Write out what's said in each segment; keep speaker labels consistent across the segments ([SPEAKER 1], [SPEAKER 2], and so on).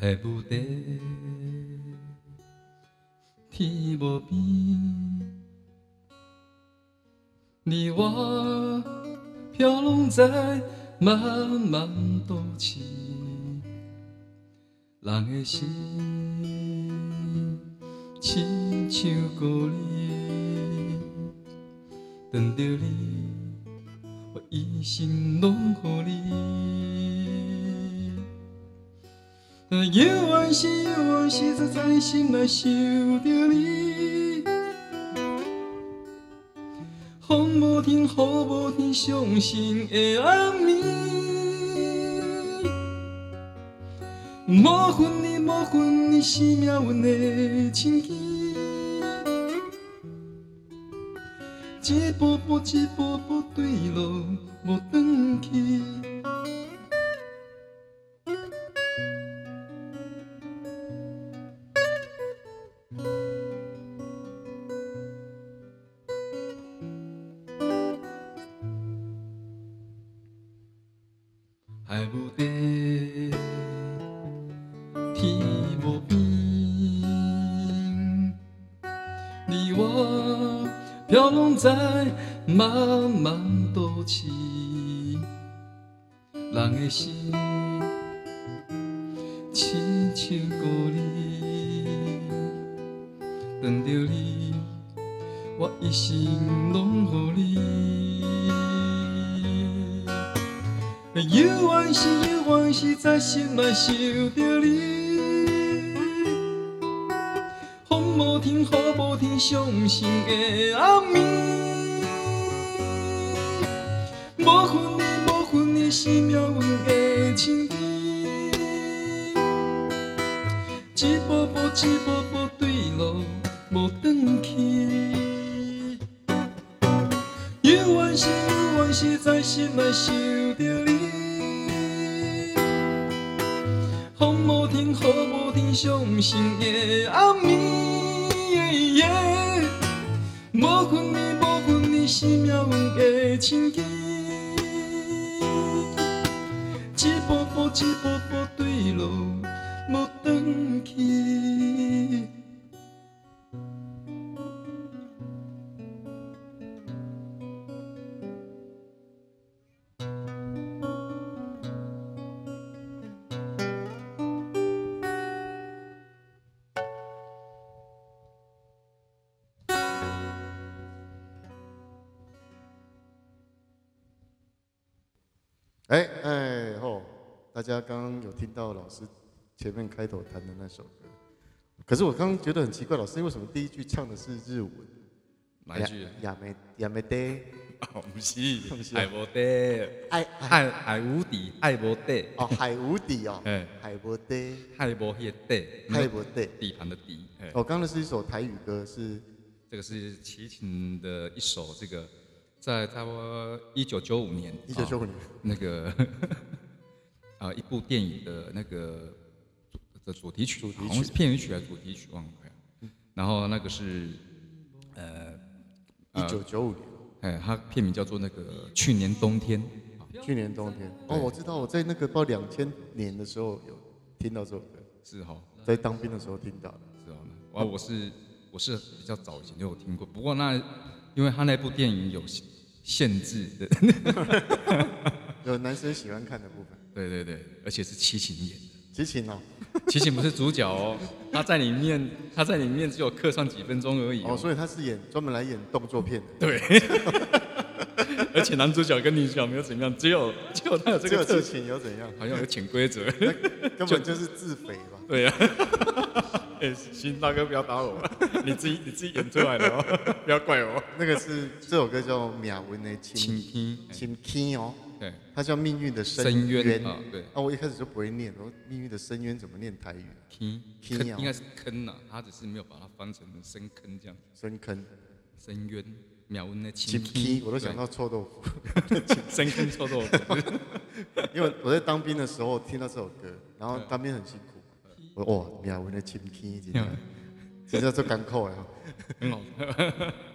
[SPEAKER 1] 해부대 티보비 니와 벼롱자이 만만 도치 랑의 시 친추고리 던들이 我一心拢乎你。有缘是有缘是，才在心内想着你。风无停，雨无停，伤心的暗暝。无分你，无分你，是命运的牵牵。一步步，一步步，对路无转去。海无底，天无边。你我飘拢在茫茫都市，人的心亲像孤你，等着你，我一生拢乎你。有缘是有缘是，在心内想着你。风无停，雨无停，伤心的暗暝。无分你，无分你，是命运的牵引。一步步，一步步，对路无转去。有缘是有缘是，在心内想着你。风无停，雨无停，伤心的暗暝。无分你，无分你，是命运的牵引。一步步，一步步，对路无转去。
[SPEAKER 2] 哎哎吼！大家刚刚有听到老师前面开头弹的那首歌，可是我刚刚觉得很奇怪，老师为什么第一句唱的是日文？
[SPEAKER 1] 哪一句？
[SPEAKER 2] 亚美亚美得，
[SPEAKER 1] 不是
[SPEAKER 2] 不是
[SPEAKER 1] 爱无底，
[SPEAKER 2] 爱
[SPEAKER 1] 爱爱无底，爱无底，
[SPEAKER 2] 哎哦海无底哦
[SPEAKER 1] 哎，
[SPEAKER 2] 海无得，
[SPEAKER 1] 爱无迄个底，
[SPEAKER 2] 海无得。
[SPEAKER 1] 地盘的地。哎
[SPEAKER 2] 哦，刚刚那是一首台语歌，是
[SPEAKER 1] 这个是齐秦的一首，这个在差不多一九九五年，
[SPEAKER 2] 一九九
[SPEAKER 1] 啊
[SPEAKER 2] 五年。
[SPEAKER 1] 那个 啊、一部电影的那个主的主题曲，好像是片尾曲还是主题曲，忘了。然后那个是
[SPEAKER 2] 一九九五年，
[SPEAKER 1] 哎，它片名叫做那个去年冬天，啊
[SPEAKER 2] 去年冬天。哦，我知道，我在那个到两千年的时候有听到这首歌，
[SPEAKER 1] 是哈、哦。
[SPEAKER 2] 在当兵的时候听到的。
[SPEAKER 1] 知道吗？啊，我是我是比较早以前就有听过，不过那因为他那部电影有限限制的，
[SPEAKER 2] 有男生喜欢看的部分，
[SPEAKER 1] 对对对，而且是齐秦演的，
[SPEAKER 2] 齐秦哦，
[SPEAKER 1] 齐秦不是主角哦，他在里面他在里面只有客串几分钟而已、
[SPEAKER 2] 哦，
[SPEAKER 1] 哦，
[SPEAKER 2] 所以他是演专门来演动作片的，
[SPEAKER 1] 对， 而且男主角跟女主角没有怎么样，只有只有他有这
[SPEAKER 2] 只有
[SPEAKER 1] 个特
[SPEAKER 2] 齐
[SPEAKER 1] 性，
[SPEAKER 2] 秦又怎样？
[SPEAKER 1] 好像有潜规则，
[SPEAKER 2] 根本就是自肥 吧？
[SPEAKER 1] 对呀、啊。哎、行，大哥，不要打我，你自己你自己演出来的哦， 不要怪我。
[SPEAKER 2] 那个是这首歌叫《秒文的
[SPEAKER 1] 倾
[SPEAKER 2] 亲
[SPEAKER 1] 听，哎
[SPEAKER 2] 亲亲哦，
[SPEAKER 1] 对，
[SPEAKER 2] 它叫《命运的
[SPEAKER 1] 深渊
[SPEAKER 2] 渊》
[SPEAKER 1] 啊对
[SPEAKER 2] 啊，我一开始就不会念，我说命运的深渊怎么念台语啊？
[SPEAKER 1] 坑
[SPEAKER 2] 坑
[SPEAKER 1] 坑
[SPEAKER 2] 啊
[SPEAKER 1] 应该是坑呐、他只是没有把它翻成深坑这样，
[SPEAKER 2] 深坑，
[SPEAKER 1] 深渊。秒温的
[SPEAKER 2] 亲
[SPEAKER 1] 青
[SPEAKER 2] 亲，我都想到臭豆腐。
[SPEAKER 1] 对深坑臭豆腐，
[SPEAKER 2] 因为我在当兵的时候听到这首歌，
[SPEAKER 1] 嗯
[SPEAKER 2] 然后当兵很辛苦，我哇，苗文的亲戚真
[SPEAKER 1] 嗯
[SPEAKER 2] 的，真的做艰苦的，哦
[SPEAKER 1] 很好。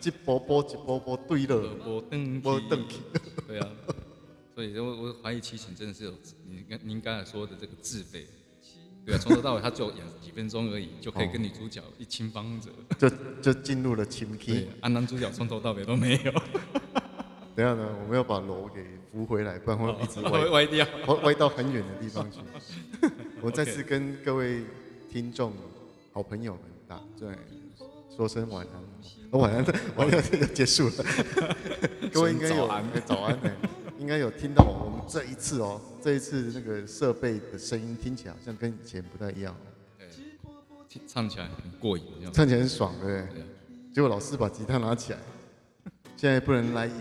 [SPEAKER 2] 一波波一波波对了，
[SPEAKER 1] 我邓
[SPEAKER 2] 波邓起，
[SPEAKER 1] 对啊，所以我我怀疑齐秦真的是有你刚您刚才说的这个自卑，对啊，从头到尾他就演几分钟而已，就可以跟女主角一清帮着。
[SPEAKER 2] 就就进入了亲
[SPEAKER 1] 对
[SPEAKER 2] K。，
[SPEAKER 1] 啊，男主角从头到尾都没有，
[SPEAKER 2] 等一下呢，我们要把楼给扶回来，不然会 一直歪
[SPEAKER 1] 会歪掉。
[SPEAKER 2] 歪歪到很远的地 方去。我再
[SPEAKER 1] 哦 OK
[SPEAKER 2] 次跟各位听众、好朋友们打对说声晚安，哦、晚安，晚安要结 束了。各位应该有
[SPEAKER 1] 早安
[SPEAKER 2] 哎早安呢、应该有听到我们这一次哦，这一次那个设备的声音听起来好像跟以前不太一样哦，
[SPEAKER 1] 对，唱起来很过瘾，这样。
[SPEAKER 2] 唱起来很爽，对不对？
[SPEAKER 1] 对啊
[SPEAKER 2] 结果老师把吉他拿 起来，现在不能 来瘾，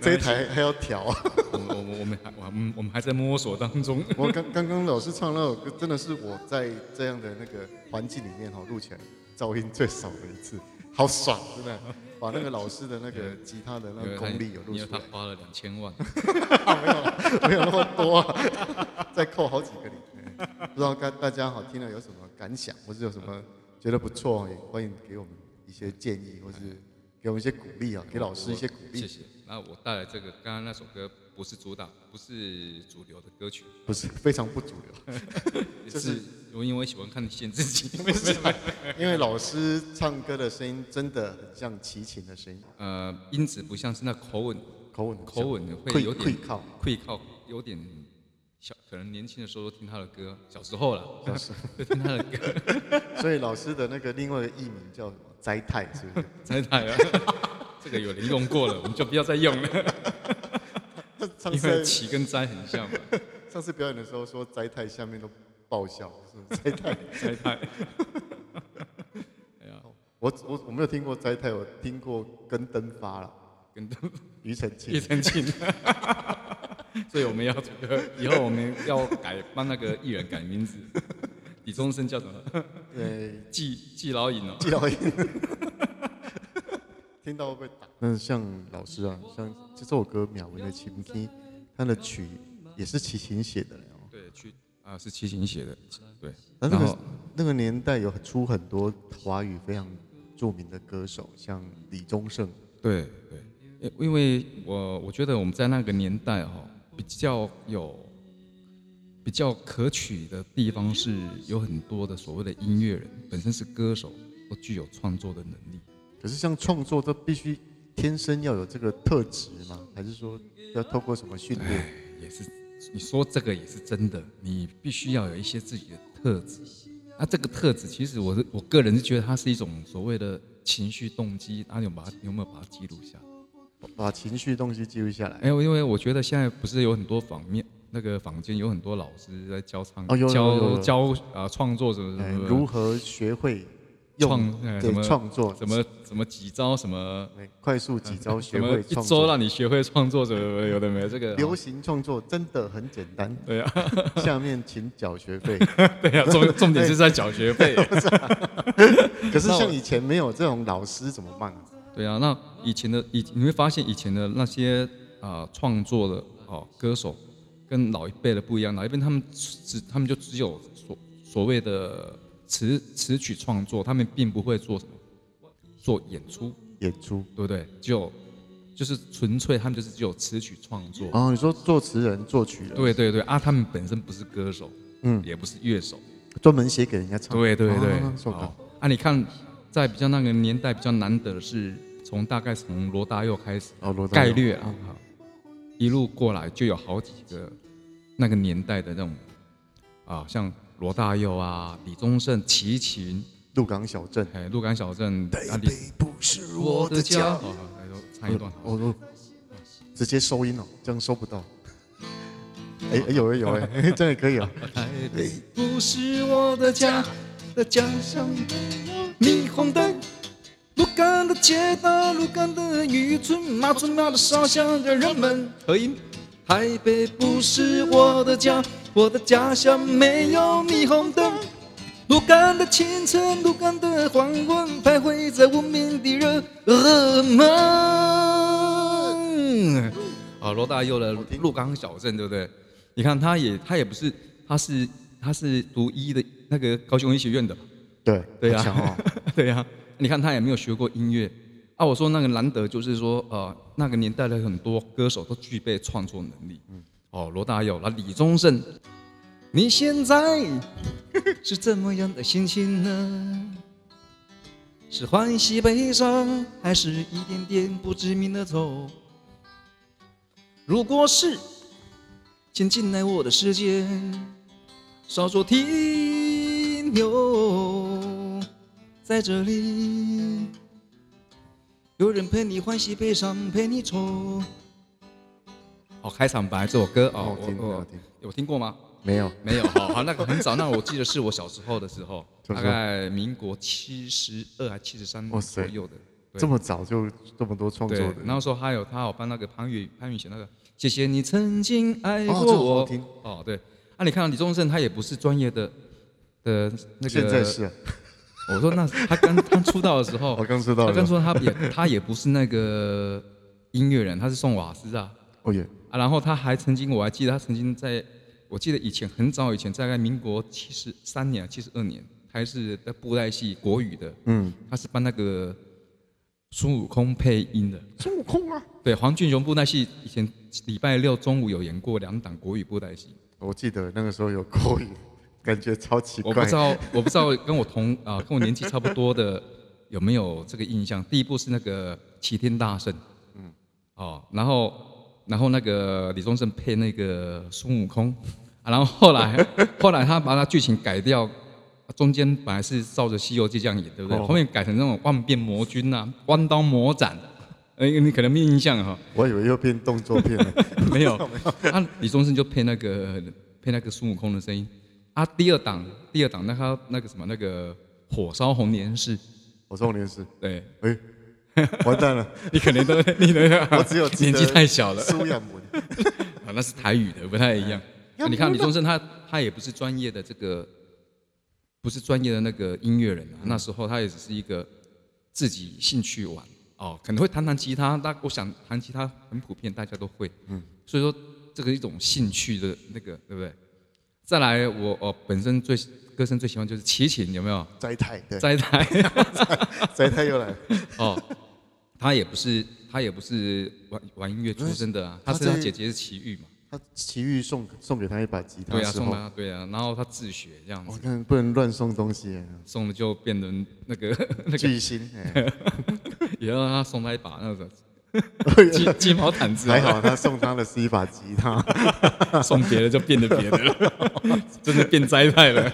[SPEAKER 2] 这一台还要调啊。
[SPEAKER 1] 我们我们我们还我们我们还在摸索当中。
[SPEAKER 2] 我刚刚刚老师唱那首歌，真的是我在这样的那个环境里面哈、哦、录起来噪音最少的一次，好爽，真的，把那个老师的那个吉他的那
[SPEAKER 1] 因为
[SPEAKER 2] 个
[SPEAKER 1] 他
[SPEAKER 2] 功力有录
[SPEAKER 1] 因为
[SPEAKER 2] 出
[SPEAKER 1] 他
[SPEAKER 2] 来，
[SPEAKER 1] 花了两千 万，
[SPEAKER 2] 没有那么多、 啊，再扣好几个零。哎不知道大大家好听了有什么感想，或是有什么觉得不错哦，也欢迎给我们一些建议，或是给我们一些鼓励啊，给老师一些鼓
[SPEAKER 1] 谢
[SPEAKER 2] 励。
[SPEAKER 1] 谢。那哦我带来这个，刚刚那首歌不是主打，不是主流的歌曲，
[SPEAKER 2] 不是非常不主流，
[SPEAKER 1] 就
[SPEAKER 2] 就是是
[SPEAKER 1] 我因为我喜欢看限制级，没事。
[SPEAKER 2] 因为老师唱歌的声音真的很像齐秦的声音，
[SPEAKER 1] 呃，音质不像是那口吻，
[SPEAKER 2] 口吻很像
[SPEAKER 1] 口吻会
[SPEAKER 2] 愧
[SPEAKER 1] 有
[SPEAKER 2] 愧
[SPEAKER 1] 点
[SPEAKER 2] 靠。
[SPEAKER 1] 会靠，有点小，可能年轻的时候都听他的歌，小时候啦， 会听他的歌，
[SPEAKER 2] 所以老师的那个另外一个艺名叫什么？斋太是 不是？
[SPEAKER 1] 真的呀。啊这个有人用过了，我们就不要再用 了，因
[SPEAKER 2] 上
[SPEAKER 1] 为
[SPEAKER 2] 次
[SPEAKER 1] 起跟斋很像嘛，
[SPEAKER 2] 上次表演的时候说斋太下面都爆笑，是不是？斋太，
[SPEAKER 1] 斋太。哎呀，
[SPEAKER 2] 我我我没有听过斋太，我听过跟灯发了，
[SPEAKER 1] 跟
[SPEAKER 2] 庾澄
[SPEAKER 1] 叶晨
[SPEAKER 2] 庆。
[SPEAKER 1] 庆。 所以我们要这个，以后我们要改帮那个艺人改名字，李宗盛叫什么？
[SPEAKER 2] 对，
[SPEAKER 1] 季季老尹哦。
[SPEAKER 2] 季老爷， 听到会被打。那像老师啊，像这首歌《秒文的琴听》，他的曲也是齐秦写的了哦。
[SPEAKER 1] 对，去啊是齐秦写的，对。
[SPEAKER 2] 那那
[SPEAKER 1] 然
[SPEAKER 2] 啊个
[SPEAKER 1] 后
[SPEAKER 2] 那个年代有出很多华语非常著名的歌手，像李宗盛，
[SPEAKER 1] 对对，因因为我我觉得我们在那个年代哈、比较有比较可取的地方是有很多的所谓的音乐人本身是歌手，都具有创作的能力。
[SPEAKER 2] 可是像创作，它必须天生要有这个特质吗？还是说要透过什么训练？
[SPEAKER 1] 也是，你说这个也是真的，你必须要有一些自己的特质。那这个特质，其实我是我个人是觉得它是一种所谓的情绪动机，啊那、你有把它你有没有把它记录下来？
[SPEAKER 2] 把把情绪东西记录下来。
[SPEAKER 1] 哎，我因为我觉得现在不是有很多坊面那个坊间有很多老师在教唱、
[SPEAKER 2] 哦有有有
[SPEAKER 1] 教
[SPEAKER 2] 有
[SPEAKER 1] 教啊、创作什么
[SPEAKER 2] 哎
[SPEAKER 1] 什么
[SPEAKER 2] 如何学会用
[SPEAKER 1] 创呃什
[SPEAKER 2] 对
[SPEAKER 1] 么
[SPEAKER 2] 创作？
[SPEAKER 1] 什么什么几招什么
[SPEAKER 2] 哎快速几招
[SPEAKER 1] 什
[SPEAKER 2] 学
[SPEAKER 1] 么
[SPEAKER 2] 会
[SPEAKER 1] 一
[SPEAKER 2] 创
[SPEAKER 1] 周
[SPEAKER 2] 作？
[SPEAKER 1] 让你学会创作什么什么有的没有这个
[SPEAKER 2] 流行创作真的很简单。
[SPEAKER 1] 对啊
[SPEAKER 2] 下面请缴学 费。
[SPEAKER 1] 对啊重重点是在缴学费
[SPEAKER 2] 可是
[SPEAKER 1] 那我
[SPEAKER 2] 像以前没有这种老师怎么办啊？
[SPEAKER 1] 对啊那以前的以你会发现以前的那些啊、创作的哦歌手跟老一辈的不一样，老一辈他们只他们就只有所所谓的词词曲创作，他们并不会做什么做演出。
[SPEAKER 2] 演出
[SPEAKER 1] 对不对？就就是纯粹他们就是只有词曲创作。
[SPEAKER 2] 哦，你说作词人、作曲人，
[SPEAKER 1] 对对对啊，他们本身不是歌手，
[SPEAKER 2] 嗯，
[SPEAKER 1] 也不是乐手。
[SPEAKER 2] 专门写给人家唱。
[SPEAKER 1] 对对对
[SPEAKER 2] 啊，受
[SPEAKER 1] 好
[SPEAKER 2] 到
[SPEAKER 1] 啊，你看，在比较那个年代比较难得的是，从大概从罗大佑开始，
[SPEAKER 2] 哦，罗大
[SPEAKER 1] 概
[SPEAKER 2] 佑
[SPEAKER 1] 略啊，好一路过来就有好几个那个年代的那种啊，像罗大佑啊、李宗盛、齐秦、
[SPEAKER 2] 鹿港小镇。
[SPEAKER 1] 哎、鹿港小镇啊，
[SPEAKER 2] 北
[SPEAKER 1] 李
[SPEAKER 2] 北不是我的家。
[SPEAKER 1] 哦，好来唱一段好了。
[SPEAKER 2] 我我直接收音哦，这样收不到。哎、哎有哎、有哎、 这样也可以啊。
[SPEAKER 1] 台北不是我的家，的家乡霓虹灯，鹿港的街道，鹿港的渔村，那村那的烧香的人们合影。台北不是我的家，我的家乡没有霓虹灯。鹿港的清晨，鹿港的黄昏，徘徊在无名的人人们。啊，罗大佑的《鹿港小镇》，对不对？你看，他也他也不是，他是他是读医的那个高雄医学院的，
[SPEAKER 2] 对
[SPEAKER 1] 对啊
[SPEAKER 2] 好
[SPEAKER 1] 呀、
[SPEAKER 2] 强哦。
[SPEAKER 1] 对呀、你看他也没有学过音乐啊。我说那个难得就是说，呃，那个年代
[SPEAKER 2] 嗯
[SPEAKER 1] 的很多歌手都具备创作能力，哦，罗大佑，那李宗盛，你现 在是怎么样的心情呢？是欢喜悲伤，还是一点点不知名的痛？如果是，请进来我的世界，稍作停留，在这里，有人陪你欢喜悲伤，陪你愁。哦，开场白这首歌哦，
[SPEAKER 2] 好
[SPEAKER 1] 我
[SPEAKER 2] 听好
[SPEAKER 1] 我
[SPEAKER 2] 听
[SPEAKER 1] 有听过吗？
[SPEAKER 2] 没有，
[SPEAKER 1] 没有，好好，那个很早，那我记得是我小时候的时 候，
[SPEAKER 2] 怎么
[SPEAKER 1] 大
[SPEAKER 2] 说
[SPEAKER 1] 概民国七十二还七十三左
[SPEAKER 2] 哇塞
[SPEAKER 1] 右的。对
[SPEAKER 2] 这么早就这么多创作
[SPEAKER 1] 对
[SPEAKER 2] 的，，
[SPEAKER 1] 那时候他有他有帮那个潘越潘越写那个谢谢你曾经爱过
[SPEAKER 2] 哦这个
[SPEAKER 1] 我
[SPEAKER 2] 好听
[SPEAKER 1] 哦对，啊你看到李宗盛他也不是专业的的那个，
[SPEAKER 2] 现在是啊
[SPEAKER 1] 我说那他刚刚出道的时候，
[SPEAKER 2] 我刚出道
[SPEAKER 1] 哦他
[SPEAKER 2] 的时
[SPEAKER 1] 刚
[SPEAKER 2] 候，
[SPEAKER 1] 说他也他也不是那个音乐人，他是送瓦斯啊
[SPEAKER 2] 哦耶，
[SPEAKER 1] 啊，然后他还曾经我还记得他曾经在我记得以前很早以前，大概民国七十三年啊七十二年，他是在布袋戏国语的，
[SPEAKER 2] 嗯，
[SPEAKER 1] 他是帮那个孙悟空配音的。
[SPEAKER 2] 孙悟空啊，
[SPEAKER 1] 对，黄俊雄布袋戏以前礼拜六中午有演过两档国语布袋戏，
[SPEAKER 2] 我记得那个时候有口语，感觉超奇
[SPEAKER 1] 我不
[SPEAKER 2] 怪
[SPEAKER 1] 知，道我不知道跟我同啊、跟我年纪差不多的有没有这个印象。第一部是那个《齐天大圣》，嗯，哦，然后然后那个李宗盛配那个孙悟空，啊、然后后来后来他把他剧情改掉。中间本来是照着《西游记》这样演，对不对？
[SPEAKER 2] 哦
[SPEAKER 1] 后面改成那种万变魔君呐、弯刀魔斩，哎，你可能没印象哈、
[SPEAKER 2] 我以为又变动作片了，
[SPEAKER 1] 没有，啊，李宗盛就配那个配那个孙悟空的声音。啊，第二档第二档那他那个什么那个火烧红莲寺，
[SPEAKER 2] 我重点是，
[SPEAKER 1] 对
[SPEAKER 2] 哎，完蛋 了，
[SPEAKER 1] 你可能都你的
[SPEAKER 2] 我只有记
[SPEAKER 1] 年
[SPEAKER 2] 得
[SPEAKER 1] 纪太小了，
[SPEAKER 2] 苏亚文，
[SPEAKER 1] 啊，那是台语的不太一样。啊、你看李宗盛他他也不是专业的这个，不是专业的那个音乐人啊，那时候他也只是一个自己兴趣玩哦，可能会弹弹吉他，那我想弹吉他很普遍，大家都会，嗯，所以说这个一种兴趣的那个，对不对？再来我，我本身最歌声最喜欢就是齐秦，有没有？
[SPEAKER 2] 斋太，对，
[SPEAKER 1] 在台
[SPEAKER 2] 斋太又来了，
[SPEAKER 1] 哦，他也不是他也不是玩玩音乐出身的啊，他是
[SPEAKER 2] 他
[SPEAKER 1] 他
[SPEAKER 2] 在
[SPEAKER 1] 姐姐是齐豫嘛，
[SPEAKER 2] 他奇遇送送给他一把吉他
[SPEAKER 1] 对啊，
[SPEAKER 2] 之
[SPEAKER 1] 送
[SPEAKER 2] 后，
[SPEAKER 1] 他对啊，然后他自学这样子
[SPEAKER 2] 我。看不能乱送东西啊，
[SPEAKER 1] 送了就变成那 个那个，
[SPEAKER 2] 巨星， 哎
[SPEAKER 1] 也让他送他一把那个鸡鸡毛掸子
[SPEAKER 2] 还
[SPEAKER 1] 啊，
[SPEAKER 2] 好他送他的是一把吉他，啊
[SPEAKER 1] 送别的就变得别的了， 真的变灾派了。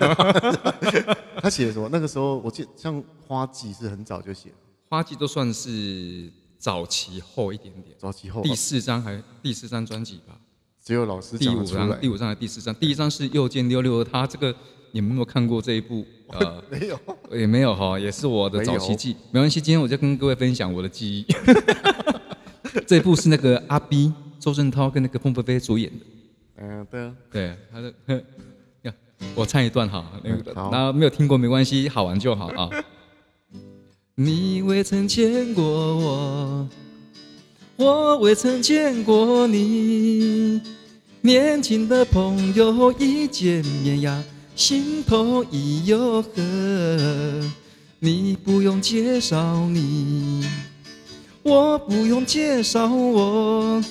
[SPEAKER 2] 他写的什么？那个时候我记像花季是很早就写，
[SPEAKER 1] 花季都算是早期后一点点，
[SPEAKER 2] 早期后
[SPEAKER 1] 第四张还第四张专辑吧，
[SPEAKER 2] 只有老师
[SPEAKER 1] 第
[SPEAKER 2] 讲得
[SPEAKER 1] 五
[SPEAKER 2] 出来
[SPEAKER 1] 张、，第五张还是第四张，第一张是《右见六六》，他这个你们有没有看过这一部？呃，
[SPEAKER 2] 没有，
[SPEAKER 1] 也没有哈，也是我的早期记，没关系，今天我就跟各位分享我的记忆。 这一部是那个阿 B 周正涛跟那个凤飞飞主演的。
[SPEAKER 2] 嗯，对啊，
[SPEAKER 1] 对，他的， 呀我唱一段哈，那个
[SPEAKER 2] 嗯，好
[SPEAKER 1] 然后没有听过没关系，好玩就好啊。 你未曾见过我，我未曾见过你，年轻的朋友一见面呀，心头已有何？你不用介绍你，我不用介绍我。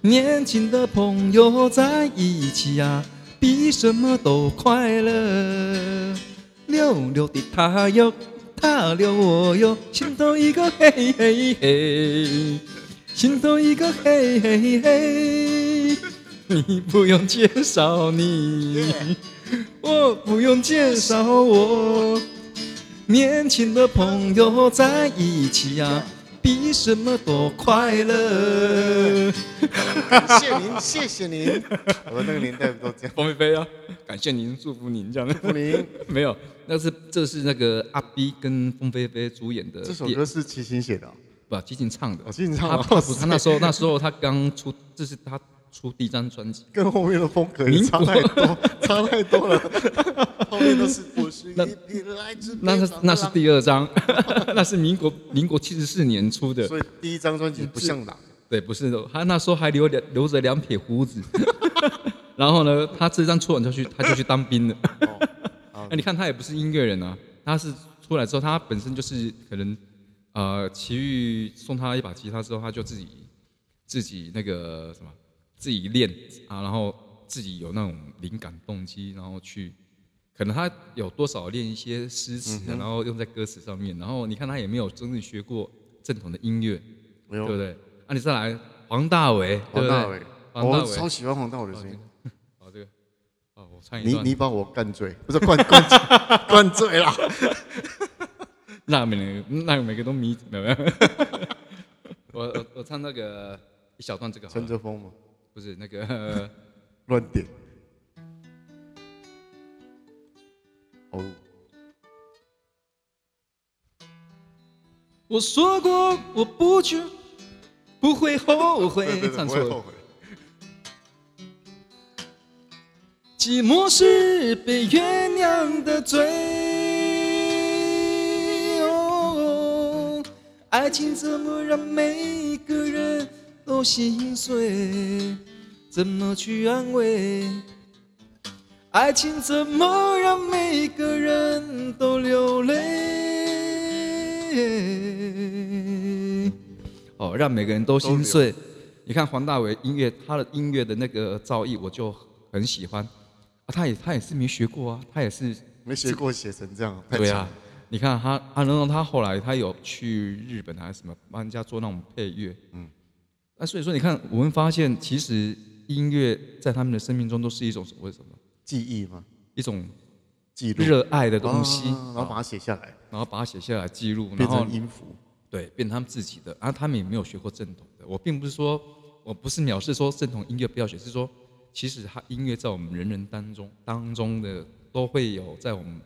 [SPEAKER 1] 年轻的朋友在一起呀、比什么都快乐。溜溜的他哟，他溜我哟，心头一个嘿嘿嘿，心头一个嘿嘿嘿。你不用介绍你，我不用介绍我。年轻的朋友在一起呀、比什么都快乐。
[SPEAKER 2] 感谢您，谢谢您， 我们那个年代不都这样？
[SPEAKER 1] 冯飞飞啊，感谢您，祝福您这样。
[SPEAKER 2] 不灵，
[SPEAKER 1] 没有，那是这是那个阿 B 跟凤飞飞主演的
[SPEAKER 2] 这首
[SPEAKER 1] 第
[SPEAKER 2] 歌是齐秦写的哦，
[SPEAKER 1] 不激情唱的
[SPEAKER 2] 我。记得你唱
[SPEAKER 1] 他
[SPEAKER 2] 吗
[SPEAKER 1] 他不他那时候那时候他刚出，这是他出第一张专辑。
[SPEAKER 2] 跟后面的风格也差太 多，差太多了。后面都是我是
[SPEAKER 1] 那
[SPEAKER 2] 一匹来自
[SPEAKER 1] 那
[SPEAKER 2] 北
[SPEAKER 1] 是
[SPEAKER 2] 方的
[SPEAKER 1] 那是
[SPEAKER 2] 狼
[SPEAKER 1] 第二张， 那是民国民国七十四年出的。
[SPEAKER 2] 所以第一张专辑不像狼，
[SPEAKER 1] 对，不是的，他那时候还留两留着两撇胡子， 然后呢，他这张出完就去，他就去当兵了。 那、你看他也不是音乐人啊，他是出来之后，他本身就是可能，呃，齐豫送他一把吉他之后，他就自己自己那个什么，自己练啊，然后自己有那种灵感动机，然后去，可能他有多少练一些诗词，啊然后用在歌词上面，然后你看他也没有真正学过正统的音乐，
[SPEAKER 2] 没
[SPEAKER 1] 对不
[SPEAKER 2] 有
[SPEAKER 1] 对？啊，你再来黄大炜，对
[SPEAKER 2] 哦黄
[SPEAKER 1] 不
[SPEAKER 2] 大
[SPEAKER 1] 对
[SPEAKER 2] 炜？，
[SPEAKER 1] 黄大哦
[SPEAKER 2] 我
[SPEAKER 1] 炜
[SPEAKER 2] 超喜欢黄大炜的声音。
[SPEAKER 1] 好，这个，啊，我唱一
[SPEAKER 2] 你
[SPEAKER 1] 段，
[SPEAKER 2] 你把我灌醉，不是灌灌醉 灌醉了。
[SPEAKER 1] 那每个那每个都迷，没有没有， 我我我唱那个一小段这个好
[SPEAKER 2] 乘
[SPEAKER 1] 了，
[SPEAKER 2] 着风嘛，
[SPEAKER 1] 不是那个。
[SPEAKER 2] 乱点。哦，
[SPEAKER 1] 我说过我不去，不会后 悔。哎唱错了。
[SPEAKER 2] 悔。
[SPEAKER 1] 寂寞是被原谅的罪。哦爱情怎么让每个人都心碎？怎么去安慰？爱情怎么让每个人都流泪？哦，让每个人都心碎。你看黄大炜音乐，他的音乐的那个造诣，我就很喜欢。啊，他也他也是没学过啊，他也是
[SPEAKER 2] 没学过写成这样，太
[SPEAKER 1] 对
[SPEAKER 2] 强
[SPEAKER 1] 啊
[SPEAKER 2] 了。。
[SPEAKER 1] 你看他，啊，然后他后来他有去日本还是什么，帮人家做那种配乐。嗯。那所以说，你看，我们发现其实音乐在他们的生命中都是一种所谓什么？
[SPEAKER 2] 记忆嘛，
[SPEAKER 1] 一种
[SPEAKER 2] 记录
[SPEAKER 1] 热爱的东西，
[SPEAKER 2] 啊然后把它写下来，
[SPEAKER 1] 然后把它写下来记录，然
[SPEAKER 2] 变
[SPEAKER 1] 后
[SPEAKER 2] 成音符。
[SPEAKER 1] 对变成他们自己的。啊，他们也没有学过正统的。我并不是说，我不是藐视说正统音乐不要学，是说其实它音乐在我们人人当中当中的都会有在我们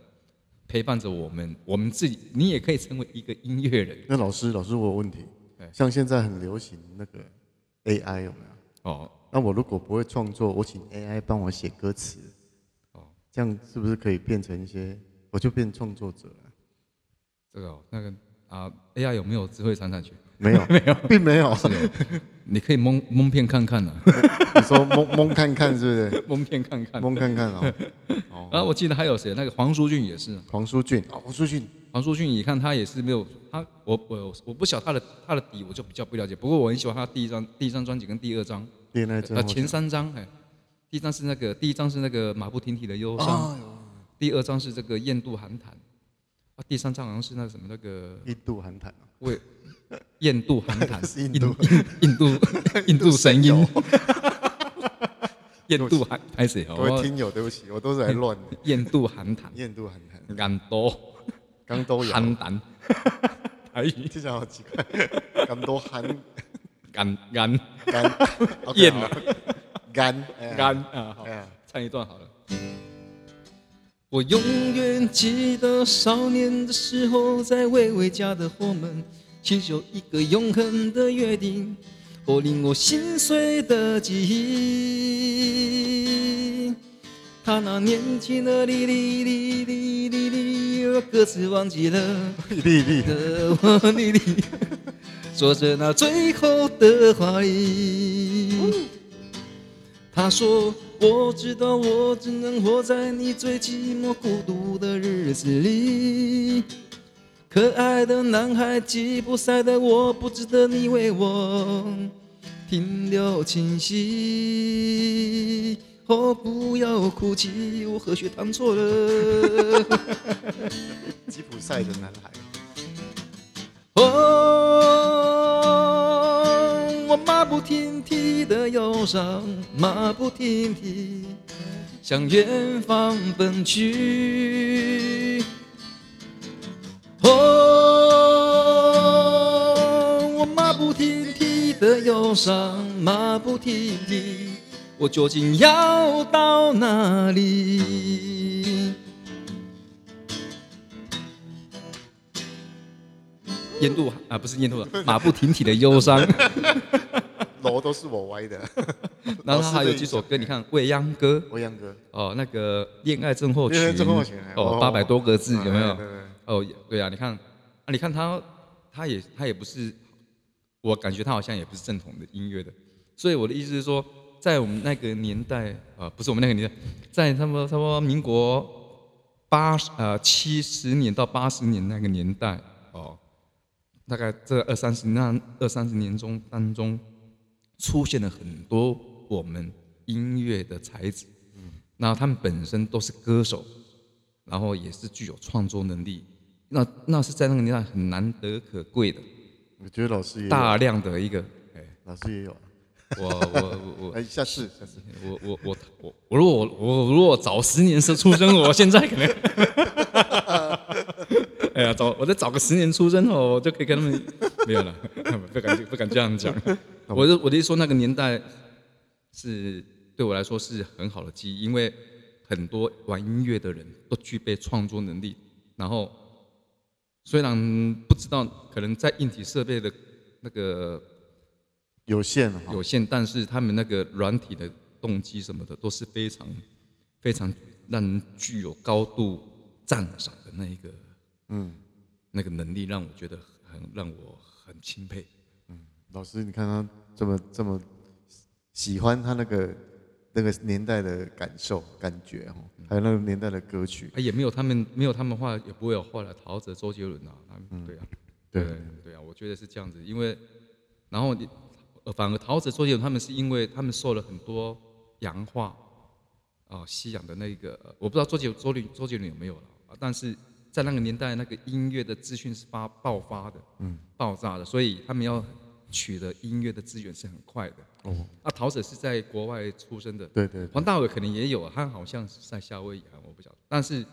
[SPEAKER 1] 陪伴着我们，我们自己，你也可以成为一个音乐人
[SPEAKER 2] 那老师，老师我有问题
[SPEAKER 1] 对，
[SPEAKER 2] 像现在很流行那个 AI 有没有？
[SPEAKER 1] 哦。
[SPEAKER 2] 那我如果不会创作，我请 AI 帮我写歌词，
[SPEAKER 1] 哦
[SPEAKER 2] 哦，这样是不是可以变成一些，我就变创作者 了？
[SPEAKER 1] 这个、哦、那个啊，AI 有没有智慧财产权？
[SPEAKER 2] 没有，没有，并没有。
[SPEAKER 1] 你可以蒙蒙骗看看啊，
[SPEAKER 2] 你说蒙蒙看看是不是？
[SPEAKER 1] 蒙骗 看看。
[SPEAKER 2] 蒙看看哦，
[SPEAKER 1] 啊，我记得还有谁？那个黄舒骏也是啊。
[SPEAKER 2] 黄舒骏，哦黄舒骏，
[SPEAKER 1] 黄舒骏，你看他也是没有他，我我我不晓他的他的底，我就比较不了解。不过我很喜欢他第一张第一张专辑跟第二张，
[SPEAKER 2] 恋爱真
[SPEAKER 1] 呃
[SPEAKER 2] 好
[SPEAKER 1] 前三张哎，第一张是那个第一张是那个马不停蹄的忧伤，
[SPEAKER 2] 哦
[SPEAKER 1] 第二张是这个雁渡寒潭，啊第三张好像是那个什么那个
[SPEAKER 2] 印度寒谈哦
[SPEAKER 1] 为雁渡寒潭，
[SPEAKER 2] 是印度
[SPEAKER 1] 印印 度印度神
[SPEAKER 2] 神
[SPEAKER 1] 音
[SPEAKER 2] 游，
[SPEAKER 1] 雁渡寒还是
[SPEAKER 2] 各位
[SPEAKER 1] 哦
[SPEAKER 2] 听友，对不起，我都是来乱 的。
[SPEAKER 1] 雁渡寒 潭，
[SPEAKER 2] 印度寒谈，
[SPEAKER 1] 眼多
[SPEAKER 2] 刚都有，
[SPEAKER 1] 寒哎潭， 台语
[SPEAKER 2] 听起来好奇怪，刚 都寒
[SPEAKER 1] 眼眼。
[SPEAKER 2] 干
[SPEAKER 1] 厌
[SPEAKER 2] 了
[SPEAKER 1] 了，
[SPEAKER 2] 干
[SPEAKER 1] 干，啊，好
[SPEAKER 2] 哎，呀
[SPEAKER 1] 唱一段好了。我永远记得少年的时候，在魏巍家的后门，祈求一个永恒的约定，或令我心碎的记忆。他那年轻的哩哩哩哩哩哩，歌词忘记了。
[SPEAKER 2] 一粒一粒，
[SPEAKER 1] 的我里里，说着那最后的话语。他说：“我知道，我只能活在你最寂寞孤独的日子里。可爱的男孩，吉普赛的我，不值得你为我停留清晰。哦，不要哭泣，我和血糖错了。”
[SPEAKER 2] 吉普赛的男孩，
[SPEAKER 1] 哦，我马不停蹄的忧伤，马不停蹄向远方奔去。哦，我马不停蹄的忧伤，马不停蹄，我究竟要到哪里？印度啊，不是印度，马不停蹄的忧伤。
[SPEAKER 2] 楼都是我歪的。
[SPEAKER 1] 然后他还有几首歌，你看《未央歌》
[SPEAKER 2] 欧阳哥，
[SPEAKER 1] 哦，那个《恋爱症候群
[SPEAKER 2] 恋爱症候群》哎
[SPEAKER 1] 哦，
[SPEAKER 2] 哦
[SPEAKER 1] 八百多个字有没
[SPEAKER 2] 哎
[SPEAKER 1] 有
[SPEAKER 2] 对对？
[SPEAKER 1] 哦，对啊，你看啊，你看他，他也他也不是，我感觉他好像也不是正统的音乐的，所以我的意思是说，在我们那个年代，呃，不是我们那个年代，在他们差不多民国八十呃七十年到八十年那个年代哦，大概这二三十那二三十年中当中，出现了很多我们音乐的才子，那他们本身都是歌手，然后也是具有创作能力，那那是在那个年代很难得可贵的，
[SPEAKER 2] 我觉得老师也有，
[SPEAKER 1] 大量的一个，哎，
[SPEAKER 2] 老师也有。
[SPEAKER 1] 我 我我我
[SPEAKER 2] 哎，下次下次，
[SPEAKER 1] 我我我我我如果我我如果早十年生出生，我现在可能，哎呀，早我再早个十年出生哦，我就可以跟他们没有了，不敢不敢这样讲。我的我的意思说，那个年代是对我来说是很好的记忆，因为很多玩音乐的人都具备创作能力，然后虽然不知道可能在硬体设备的那个
[SPEAKER 2] 有限哈，
[SPEAKER 1] 有限，但是他们那个软体的动机什么的都是非常非常让人具有高度赞赏的那一个，
[SPEAKER 2] 嗯，
[SPEAKER 1] 那个能力让我觉得很让我很钦佩。
[SPEAKER 2] 老师，你看他这么这么喜欢他那个那个年代的感受、感觉哦，
[SPEAKER 1] 嗯
[SPEAKER 2] 还有那个年代的歌曲，
[SPEAKER 1] 啊，也没有他们没有他们话，也不会有后来陶喆、周杰伦啊，他们对啊，
[SPEAKER 2] 对
[SPEAKER 1] 对啊，我觉得是这样子，因为然后你呃反而陶喆、周杰伦他们是因为他们受了很多洋化啊、西洋的那个，呃我不知道周杰周杰周杰伦有没有了，啊但是在那个年代，那个音乐的资讯是发爆发的，嗯，爆炸的，所以他们要取得音乐的资源是很快的。
[SPEAKER 2] 哦，
[SPEAKER 1] 啊，陶喆是在国外出生的，
[SPEAKER 2] 对对对
[SPEAKER 1] 黄大炜可能也有啊，他好像是在夏威夷啊，我不晓得。但是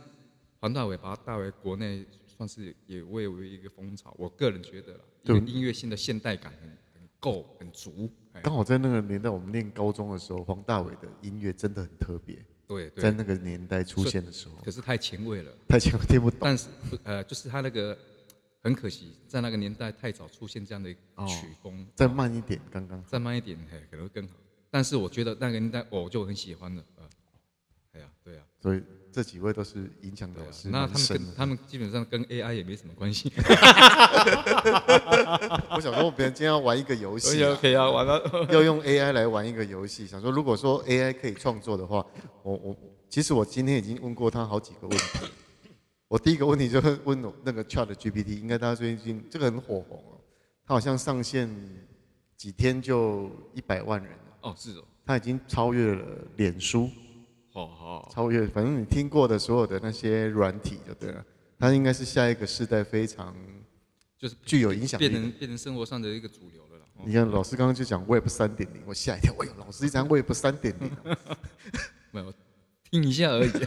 [SPEAKER 1] 黄大炜把他带回国内，算是也为为一个风潮。我个人觉得啦，因
[SPEAKER 2] 对
[SPEAKER 1] 为音乐性的现代感很很够很足。哎，
[SPEAKER 2] 刚好在那个年代，我们念高中的时候，黄大炜的音乐真的很特别，
[SPEAKER 1] 对对
[SPEAKER 2] 在。那个年代出现的时候，
[SPEAKER 1] 可是太前卫了，
[SPEAKER 2] 大家听不懂。
[SPEAKER 1] 但是呃，就是他那个很可惜，在那个年代太早出现这样的曲风，
[SPEAKER 2] 再慢一点，刚刚
[SPEAKER 1] 再慢一点，嘿，可能会更好。但是我觉得那个年代，哦我就很喜欢了。呃，哎呀，对呀、
[SPEAKER 2] 所以这几位都哦是影响
[SPEAKER 1] 对啊
[SPEAKER 2] 老师
[SPEAKER 1] 那
[SPEAKER 2] 蛮
[SPEAKER 1] 他们
[SPEAKER 2] 深
[SPEAKER 1] 跟
[SPEAKER 2] 的。
[SPEAKER 1] 他们基本上跟 AI 也没什么关 系。
[SPEAKER 2] 我想说，我们今天要玩一个游 戏啊，
[SPEAKER 1] 可以啊，完了。
[SPEAKER 2] 要用 AI 来玩一个游戏，想说如果说 AI 可以创作的话，我我其实我今天已经问过他好几个问题。我第一个问题就是问那个 Chat GPT，应该大家最近这个很火红哦，它好像上线几天就一百万人了，
[SPEAKER 1] 哦，是哦，
[SPEAKER 2] 它已经超越了脸书，
[SPEAKER 1] 好好，
[SPEAKER 2] 超越反正你听过的所有的那些软体就对了，它应该是下一个世代非常
[SPEAKER 1] 就是
[SPEAKER 2] 具有影响力
[SPEAKER 1] 变
[SPEAKER 2] 的
[SPEAKER 1] 成变成生活上的一个主流了啦。哦
[SPEAKER 2] 你看，老师刚刚就讲 Web 三点零，我吓一跳。哎呦，老师一讲 Web 三点零，
[SPEAKER 1] 没有，听一下而已。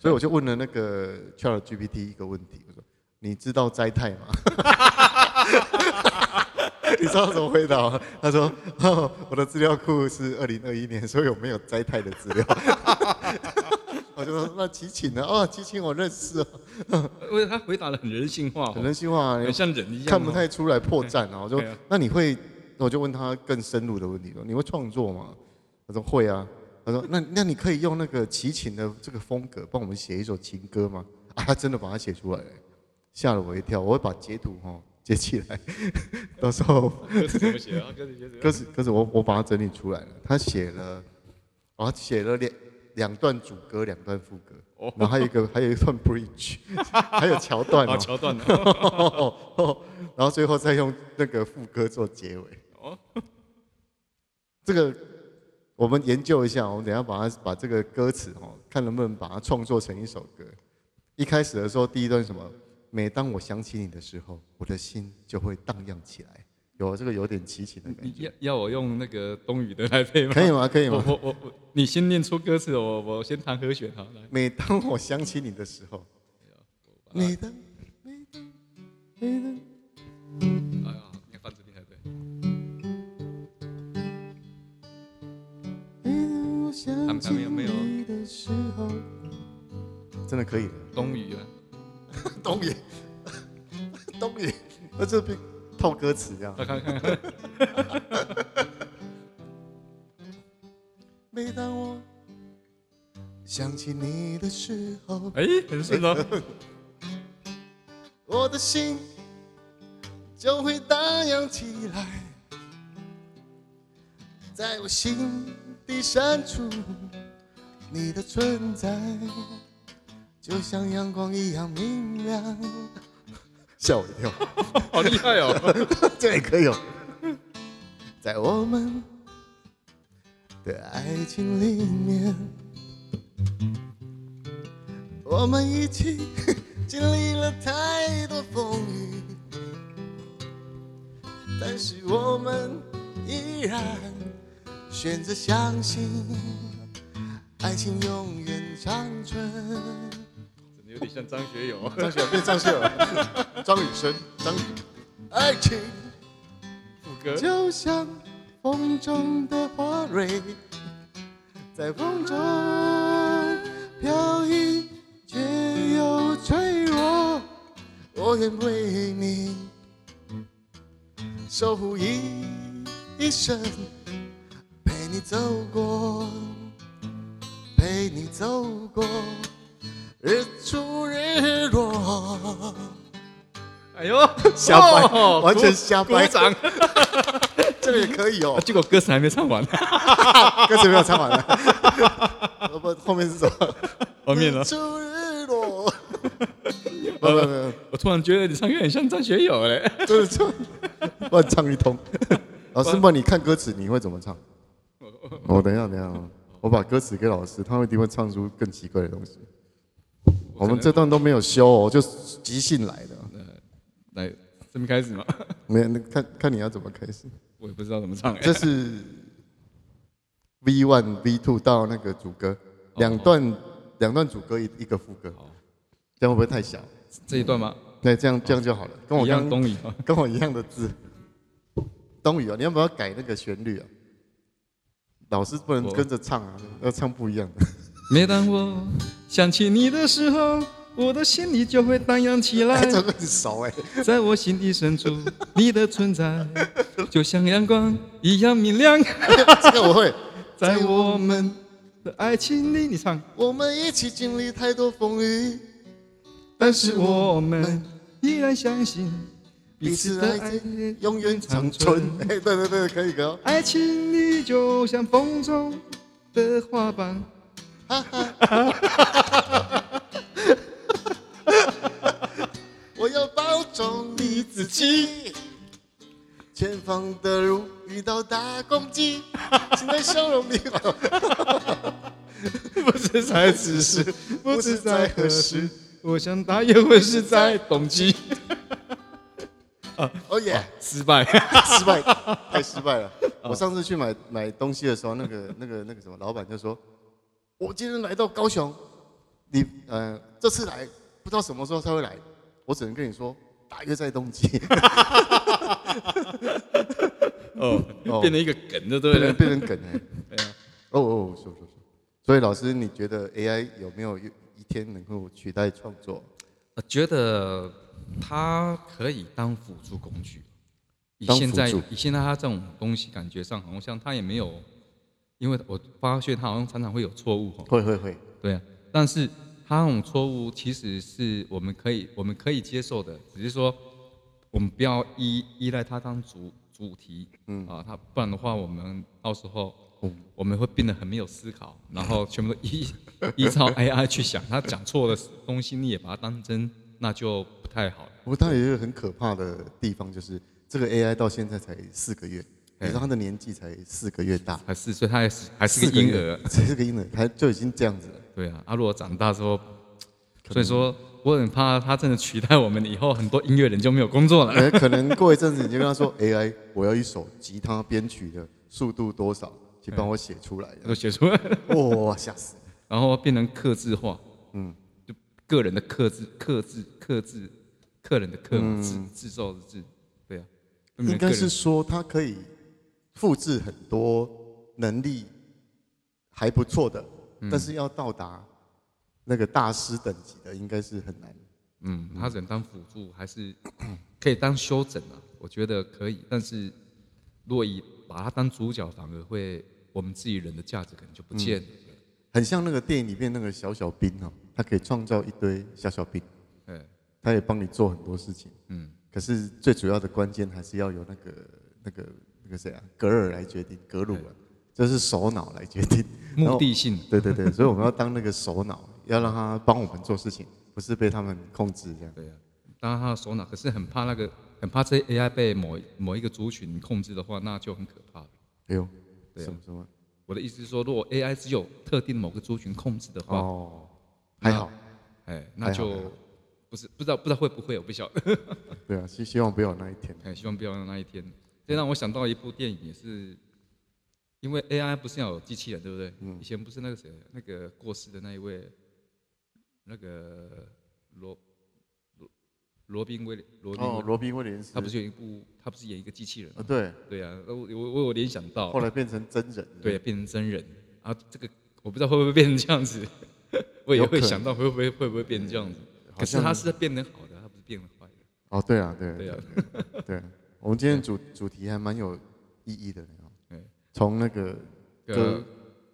[SPEAKER 2] 所以我就问了那个 Chat GPT 一个问题，我说：“你知道斋太吗？” 你知道他怎么回答吗？他说：“哦、我的资料库是二零二一年，所以我没有斋太的资料。”我就说：“那齐秦呢？哦，齐秦我认识哦，
[SPEAKER 1] 因为他回答的很人性化哦，
[SPEAKER 2] 很人性化、啊，
[SPEAKER 1] 很像人一样哦，
[SPEAKER 2] 看不太出来破绽啊。”我说
[SPEAKER 1] 对啊：“
[SPEAKER 2] 那你会？”我就问他更深入的问题说：“你会创作吗？”他说：“会啊。”他说：“那那你可以用那个齐秦的这个风格帮我们写一首情歌吗？”啊，他真的把它写出来了，吓了我一跳。我会把截图哦截起来，到时 候
[SPEAKER 1] 歌 词怎么写啊？歌词写 怎么
[SPEAKER 2] 可是可是我我把它整理出来了。他写了，啊写了两两段主歌，两段副歌，
[SPEAKER 1] 哦
[SPEAKER 2] 然后还有一个还有一段 bridge，还有桥段
[SPEAKER 1] 啊，
[SPEAKER 2] 哦。
[SPEAKER 1] 桥段呢？
[SPEAKER 2] 然后最后再用那个副歌做结尾。
[SPEAKER 1] 哦
[SPEAKER 2] 这个我们研究一下，我们等一下把它把这个歌词哦，看能不能把它创作成一首歌。一开始的时候，第一段是什么？每当我想起你的时候，我的心就会荡漾起来。有啊这个有点齐秦的 感
[SPEAKER 1] 你
[SPEAKER 2] 觉，
[SPEAKER 1] 要要我用那个东宇的来配吗？
[SPEAKER 2] 可以吗？可以
[SPEAKER 1] 我
[SPEAKER 2] 吗？
[SPEAKER 1] 我我我，你先念出歌词，我我先弹和弦哈。来，
[SPEAKER 2] 每当我想起你的时候，
[SPEAKER 1] 哎
[SPEAKER 2] 每当每当每当。嗯
[SPEAKER 1] 哎呀，你看放这边才对。
[SPEAKER 2] 他
[SPEAKER 1] 他们有没有？
[SPEAKER 2] 真的可以的，
[SPEAKER 1] 东宇啊，
[SPEAKER 2] 东野， 东野，那这边套歌词这样
[SPEAKER 1] 我。看看，
[SPEAKER 2] 每当我想起你的时候，
[SPEAKER 1] 哎，很顺哦。
[SPEAKER 2] 我的心就会荡漾起来，在我心底深处，你的存在就像阳光一样明亮。吓我一跳。
[SPEAKER 1] 好厉害 哦！
[SPEAKER 2] 这也可以哦。在我们的爱情里面，我们一起经 历了太多风雨，但是我们依然选择相信，爱情永远长存。
[SPEAKER 3] 怎么有点像张学友？
[SPEAKER 1] 啊
[SPEAKER 2] 张学友变张学友了， 张雨生，张雨，爱情。
[SPEAKER 3] 副歌
[SPEAKER 2] 就像风中的花蕊，在风中飘逸却又脆弱。我愿为你守护一一生，陪你走过，陪你走过日出日落。
[SPEAKER 3] 哎呦，
[SPEAKER 2] 瞎掰
[SPEAKER 3] 哦
[SPEAKER 2] 完全瞎掰
[SPEAKER 3] 鼓 掌。
[SPEAKER 2] 这个也可以哦
[SPEAKER 3] 啊，结果歌词还没唱 完，
[SPEAKER 2] 歌词没有唱完了，呃不，后面是什么？
[SPEAKER 3] 后面呢？
[SPEAKER 2] 出日落。不不不，
[SPEAKER 3] 我突然觉得你唱歌很像张学友嘞。
[SPEAKER 2] 真的唱，乱唱一通。老师问你看歌词，你会怎么唱？我等一下，等一下，我把歌词给老师，他们一定会唱出更奇怪的东西。 我们这段都没有修哦，就即兴来的。
[SPEAKER 3] 来这边开始吗？
[SPEAKER 2] 没，那看看你要怎么开始。
[SPEAKER 3] 我也不知道怎么唱哎。
[SPEAKER 2] 这是 V one V two 到那个主歌，两段两段主歌一一个副歌，这样会不会太小？
[SPEAKER 3] 这一段吗？
[SPEAKER 2] 对，这样这样就好了，跟我
[SPEAKER 3] 一样
[SPEAKER 2] 刚
[SPEAKER 3] 东雨啊。
[SPEAKER 2] 跟我一样的字。东宇啊，你要不要改那个旋律啊？老师不能
[SPEAKER 3] 我
[SPEAKER 2] 跟着唱啊，要唱不一样的。
[SPEAKER 3] 每当我想起你的时候，我的心里就会荡漾起来
[SPEAKER 2] 哎，。这个很熟哎，
[SPEAKER 3] 在我心底深处，你的存在就像阳光一样明亮。
[SPEAKER 2] 这个我会。
[SPEAKER 3] 在我们的爱情里，你唱。
[SPEAKER 2] 我们一起经历太多风雨，
[SPEAKER 3] 但是我们依然相信彼
[SPEAKER 2] 彼
[SPEAKER 3] 此
[SPEAKER 2] 此
[SPEAKER 3] 的
[SPEAKER 2] 的
[SPEAKER 3] 爱
[SPEAKER 2] 爱情永远长存。哎，对对对，可以可以哦。
[SPEAKER 3] 爱情里就像风中的花瓣。
[SPEAKER 2] 我要保重你自己。前方的路遇到大攻击， 请在笑容里。
[SPEAKER 3] 不知在此时，
[SPEAKER 2] 不知在何时，
[SPEAKER 3] 我想他也会是在冬 季。
[SPEAKER 2] 哦耶，
[SPEAKER 3] 失败，
[SPEAKER 2] 失 败，太失败了。我上次去买买东西的时候，那 个那个那个什么老板就说，我今天来到高雄，你呃这次来不知道什么时候才会来，我只能跟你说大约在冬 季，
[SPEAKER 3] 哦
[SPEAKER 2] 哦，
[SPEAKER 3] 变成一个梗就对
[SPEAKER 2] 变
[SPEAKER 3] 了
[SPEAKER 2] 成。变成梗哎。
[SPEAKER 3] 对啊
[SPEAKER 2] 哦哦，说说说。所以老师，你觉得 AI 有没有一一天能够取代创作？
[SPEAKER 1] 我觉得它可以当辅助工具。以
[SPEAKER 2] 当
[SPEAKER 1] 现
[SPEAKER 2] 辅
[SPEAKER 1] 在
[SPEAKER 2] 助
[SPEAKER 1] 以现在它这种东西，感觉上好像它也没有，因为我发现它好像常常会有错误哦。
[SPEAKER 2] 会会会，
[SPEAKER 1] 对啊，但是它那种错误其实是我们可以我们可以接受的，只是说我们不要依依赖它当主主题，嗯哦啊，它不然的话，我们到时候我们会变得很没有思考，然后全部都依 依照 AI 去想，它讲错的东西你也把它当真，那就不太好了。
[SPEAKER 2] 不过它有一个很可怕的地方，就是这个 AI 到现在才四个月，你知道它的年纪才四个月大，
[SPEAKER 1] 还是所以它还是还是个婴儿，
[SPEAKER 2] 才是个婴儿，它就已经这样子了。
[SPEAKER 1] 对啊，啊，如果长大之后，所以说我很怕它真的取代我们以后，很多音乐人就没有工作了。
[SPEAKER 2] 哎，可能过一阵子你就跟他说 AI，我要一首吉他编曲的速度多少，请帮我写出来。
[SPEAKER 1] 都写出来，
[SPEAKER 2] 哇，吓死！
[SPEAKER 1] 然后变成克制化，嗯，就个人的克制、克制、克制，客人的客嘛，制制造的制，对啊，变成
[SPEAKER 2] 嗯应该
[SPEAKER 1] 个人
[SPEAKER 2] 是说它可以复制很多能力还不错的，
[SPEAKER 1] 嗯
[SPEAKER 2] 但是要到达那个大师等级的，应该是很难。
[SPEAKER 1] 嗯，他只能当辅助，还是可以当修整啊？我觉得可以，但是若以把它当主角，反而会我们自己人的价值可能就不见了。
[SPEAKER 2] 很像那个电影里面那个小小兵哦，他可以创造一堆小小兵，
[SPEAKER 1] 对，
[SPEAKER 2] 他也帮你做很多事情。嗯，可是最主要的关键还是要由那个那个那个谁啊，格尔来决定，格鲁啊，就是首脑来决 定
[SPEAKER 1] 目的。性
[SPEAKER 2] 然后对对对，所以我们要当那个首脑，要让他帮我们做事情，不是被他们控制这样。
[SPEAKER 1] 对啊，当然他的首脑，可是很怕那个，很怕这 AI 被某某一个族群控制的话，那就很可怕了。
[SPEAKER 2] 哎呦，
[SPEAKER 1] 对啊
[SPEAKER 2] 什么什么
[SPEAKER 4] 我的意思是说，如果 AI 只有特定某个族群控制的话，
[SPEAKER 2] 哦，还好，
[SPEAKER 4] 哎，那
[SPEAKER 2] 还好还
[SPEAKER 4] 就
[SPEAKER 2] 好
[SPEAKER 4] 不是不知道不知道会不会，我不晓得。
[SPEAKER 2] 对啊，希希望不要有那一天。
[SPEAKER 4] 哎，希望不要有那一天。这让我想到一部电影，也是因为 AI 不是要有机器人，对不对？
[SPEAKER 2] 嗯
[SPEAKER 4] 以前不是那个谁，那个过世的那一位，那个罗罗罗宾威廉罗宾威
[SPEAKER 2] 哦，
[SPEAKER 4] 廉，
[SPEAKER 2] 罗宾威廉斯，
[SPEAKER 4] 他不是有一部，他不是演一个机器人
[SPEAKER 2] 啊？？对，
[SPEAKER 4] 对啊，我我我有联想到
[SPEAKER 2] 后，来变成真人。
[SPEAKER 4] 对，，变成真人啊，这个我不知道会不会变成这样子， 我也
[SPEAKER 2] 有可
[SPEAKER 4] 会
[SPEAKER 2] 能
[SPEAKER 4] 想到会不会会不会变成这样子。可是
[SPEAKER 2] 好像
[SPEAKER 4] 他是变得好的，他不是变得坏的。
[SPEAKER 2] 哦，对啊，对啊，
[SPEAKER 4] 对啊，
[SPEAKER 2] 对啊，我们今天主主题还蛮有意义的呢哦
[SPEAKER 4] 对
[SPEAKER 2] 从那个
[SPEAKER 4] 呃
[SPEAKER 2] 歌，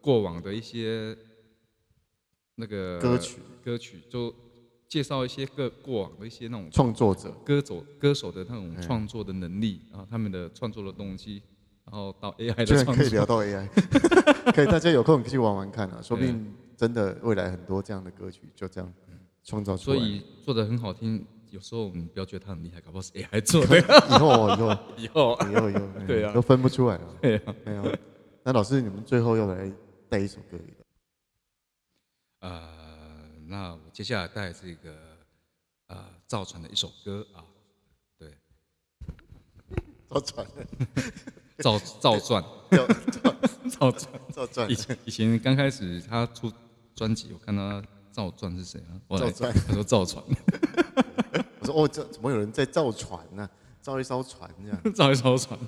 [SPEAKER 4] 过往的一些那个
[SPEAKER 2] 歌曲
[SPEAKER 4] 歌曲，就介绍一些个过往的一些那种
[SPEAKER 2] 创作者，
[SPEAKER 4] 歌手歌手的那
[SPEAKER 2] 嗯
[SPEAKER 4] 种创作的能力，然后他们的创作的动机，然后到 AI
[SPEAKER 2] 居
[SPEAKER 4] 的
[SPEAKER 2] 然
[SPEAKER 4] 创
[SPEAKER 2] 可以 聊
[SPEAKER 4] 作，
[SPEAKER 2] 到 AI，可 以大家有空去玩玩看啊，说不定真的未来很多这样的歌曲就这样创造
[SPEAKER 4] 嗯
[SPEAKER 2] 出
[SPEAKER 4] 所
[SPEAKER 2] 来。
[SPEAKER 4] 以做的很好听。有时候你不要觉得他很厉害，搞不好是 AI 做 的。
[SPEAKER 2] 以后以后
[SPEAKER 4] 以后
[SPEAKER 2] 以后以后，哎
[SPEAKER 4] 对啊
[SPEAKER 2] 都分不出来了。
[SPEAKER 4] 对啊，
[SPEAKER 2] 没有，那老师你们最后要来带一首歌给大
[SPEAKER 4] 呃，那我接下来带这个呃赵传的一首歌啊，对，
[SPEAKER 2] 家，造船，
[SPEAKER 4] 赵赵传，
[SPEAKER 2] 造
[SPEAKER 4] 赵传。
[SPEAKER 2] 造船
[SPEAKER 4] 以，前以前刚开始他出专辑，我看到他赵传是谁啊？我来
[SPEAKER 2] 赵传
[SPEAKER 4] 他说赵 传，
[SPEAKER 2] 我说哦，这怎么有人在造船呢？造一艘船这样，
[SPEAKER 4] 赵一赵 传，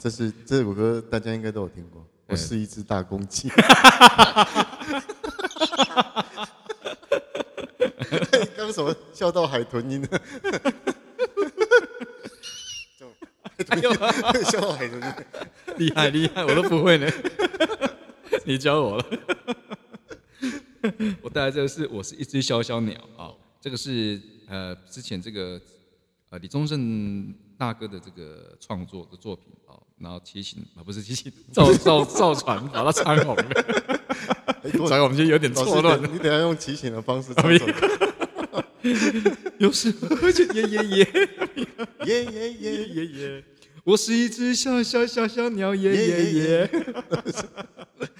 [SPEAKER 2] 这是这首歌大家应该都有听过。我
[SPEAKER 4] 对
[SPEAKER 2] 是一只大公 鸡，刚什么笑到海豚音 了？
[SPEAKER 4] 哎呦，
[SPEAKER 2] 笑到海 豚音，
[SPEAKER 4] 厉害厉害，我都不会呢， 你教我了。 我带来这个是我是一只小小鸟啊、这个是呃之前这个呃李宗盛大哥的这个创作的作品啊、然后提醒啊不是提醒 赵赵赵传把它唱红了，所以我们就有点
[SPEAKER 2] 老
[SPEAKER 4] 错
[SPEAKER 2] 师
[SPEAKER 4] 乱哎
[SPEAKER 2] 等，。你等一下用提醒的方式唱首歌，
[SPEAKER 4] 有时候就 耶耶耶。
[SPEAKER 2] 耶耶耶耶，
[SPEAKER 4] 耶耶，我是一只小小小小鸟，耶耶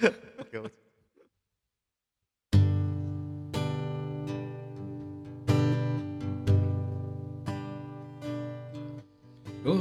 [SPEAKER 4] 耶。
[SPEAKER 2] 给我
[SPEAKER 1] 有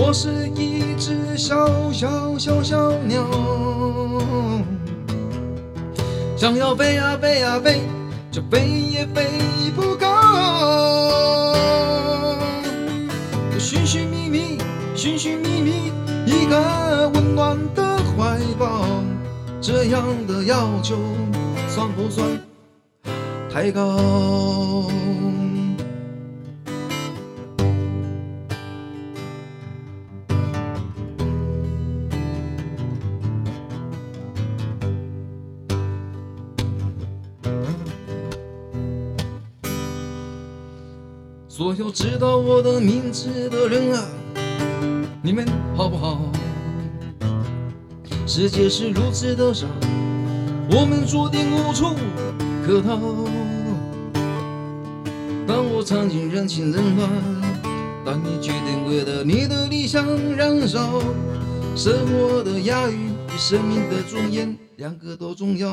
[SPEAKER 1] 我是一只小小小小鸟，想要飞呀、飞呀、飞，却飞也飞不高。我寻寻觅觅，寻寻觅觅一个温暖的怀抱，这样的要求算不算太高？所有知道我的名字的人啊，你们好不好？世界是如此的傻，我们注定无处可逃。我尝尽人情冷暖。当你决定为了你的理想燃烧，生活的压抑与生命的尊严，两个都重要。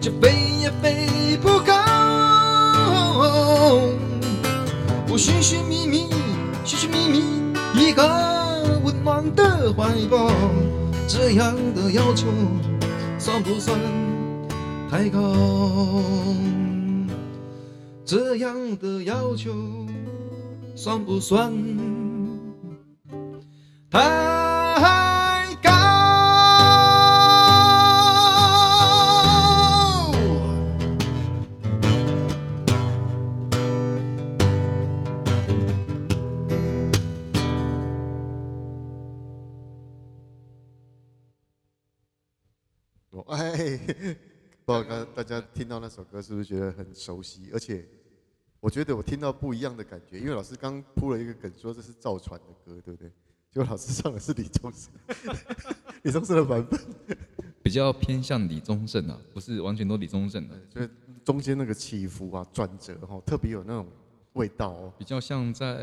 [SPEAKER 1] 却飞也飞不高。我寻寻觅觅，寻寻觅觅一个温暖的怀抱，这样的要求算不算太高？这样的要求算不算太高？
[SPEAKER 2] 我哎， 不知道刚大家听到那首歌是不是觉得很熟悉？而且我觉得我听到不一样的感觉，因为老师刚铺了一个梗，说这是赵传的歌，对不对？结果老师唱的是李宗盛， 李宗盛的版本，
[SPEAKER 5] 比较偏向李宗盛啊，不是完全都李宗盛的、啊
[SPEAKER 2] 就是中间那个起伏啊、转折哈、哦，特别有那种味道哦。
[SPEAKER 5] 比较像在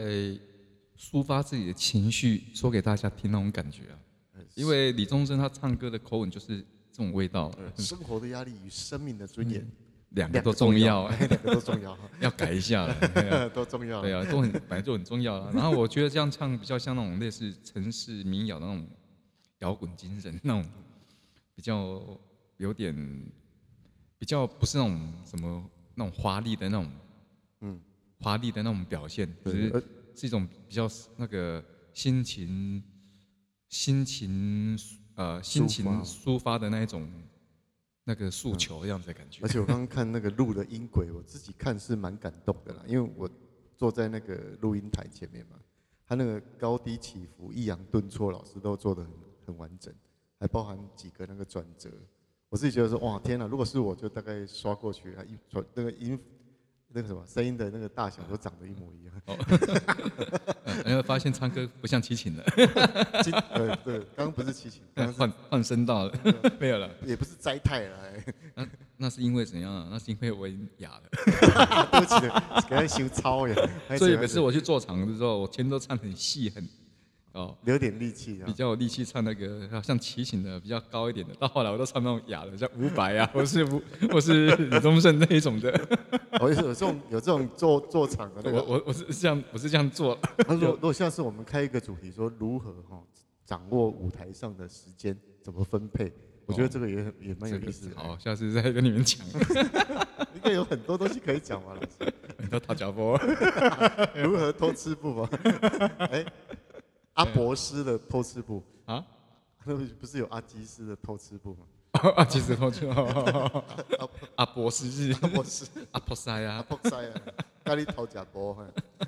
[SPEAKER 5] 抒发自己的情绪，说给大家听那种感觉啊。因为李宗盛他唱歌的口吻就是这种味道，啊
[SPEAKER 2] 生活的压力与生命的尊严，
[SPEAKER 5] 两个都重要，啊
[SPEAKER 2] 哎两个都重 要，
[SPEAKER 5] 要改一下了。对啊
[SPEAKER 2] 都重要。
[SPEAKER 5] 对啊，都很本来就很重要啊。然后我觉得这样唱比较像那种类似城市民谣的那种摇滚精神，那种比较有点比较不是那种什么那种华丽的那种，
[SPEAKER 2] 嗯
[SPEAKER 5] 嗯，华丽的那种表现，只
[SPEAKER 2] 对，
[SPEAKER 5] 是
[SPEAKER 2] 呃而
[SPEAKER 5] 是一种比较那个心情心情呃心情
[SPEAKER 2] 抒发
[SPEAKER 5] 抒发的那一种那个诉求的样子的感觉
[SPEAKER 2] 而。且我刚刚看那个录的音轨，我自己看是蛮感动的啦，因为我坐在那个录音台前面嘛，他那个高低起伏、抑扬顿挫，老师都做的很很完整，还包含几个那个转折。我自己觉得说，哇，天哪！如果是我，就大概刷过去，啊，一转那个音，那个什么声音的那个大小都长得一模一样。
[SPEAKER 5] 呃然后发现唱歌不像齐秦 了，
[SPEAKER 2] 今呃，对，刚刚不是齐秦，刚刚
[SPEAKER 5] 换换声道了， 没有了。
[SPEAKER 2] 是也不是摘太了、哎
[SPEAKER 5] 那那是因为怎样啊？那是因为我已经哑了，
[SPEAKER 2] 对不起，给他修超呀。
[SPEAKER 5] 所以每次我去做场的时候，我全都唱很细很哦，
[SPEAKER 2] 留点力气啊
[SPEAKER 5] 比。较有力气唱那个像齐秦的比较高一点的。到后来我都唱那种哑的，像伍佰 啊，或是伍或是李宗盛那一种的。
[SPEAKER 2] 我哦有这种有这种做做场的那
[SPEAKER 5] 我
[SPEAKER 2] 个。
[SPEAKER 5] 我我是这样我是这样做，
[SPEAKER 2] 他说，如果下次我们开一个主题，说如何哈、掌握舞台上的时间，怎么分配，我觉得这个也很也蛮有
[SPEAKER 5] 这
[SPEAKER 2] 意
[SPEAKER 5] 个
[SPEAKER 2] 思
[SPEAKER 5] 是
[SPEAKER 1] 哦
[SPEAKER 2] 的。
[SPEAKER 5] 好，下次再跟你们 讲。
[SPEAKER 2] 应该有很多东西可以讲嘛，老师。
[SPEAKER 5] 你到大脚波，
[SPEAKER 2] 如何偷吃步嘛？ 哎，阿伯斯的偷吃步
[SPEAKER 5] 啊，
[SPEAKER 2] 那不是不是有阿基斯的偷吃步吗？
[SPEAKER 5] 啊，其实我就 阿博士日，
[SPEAKER 2] 阿伯斯，
[SPEAKER 5] 阿博塞
[SPEAKER 2] 阿
[SPEAKER 5] 啊，
[SPEAKER 2] 伯塞啊，咖喱头假波。嘿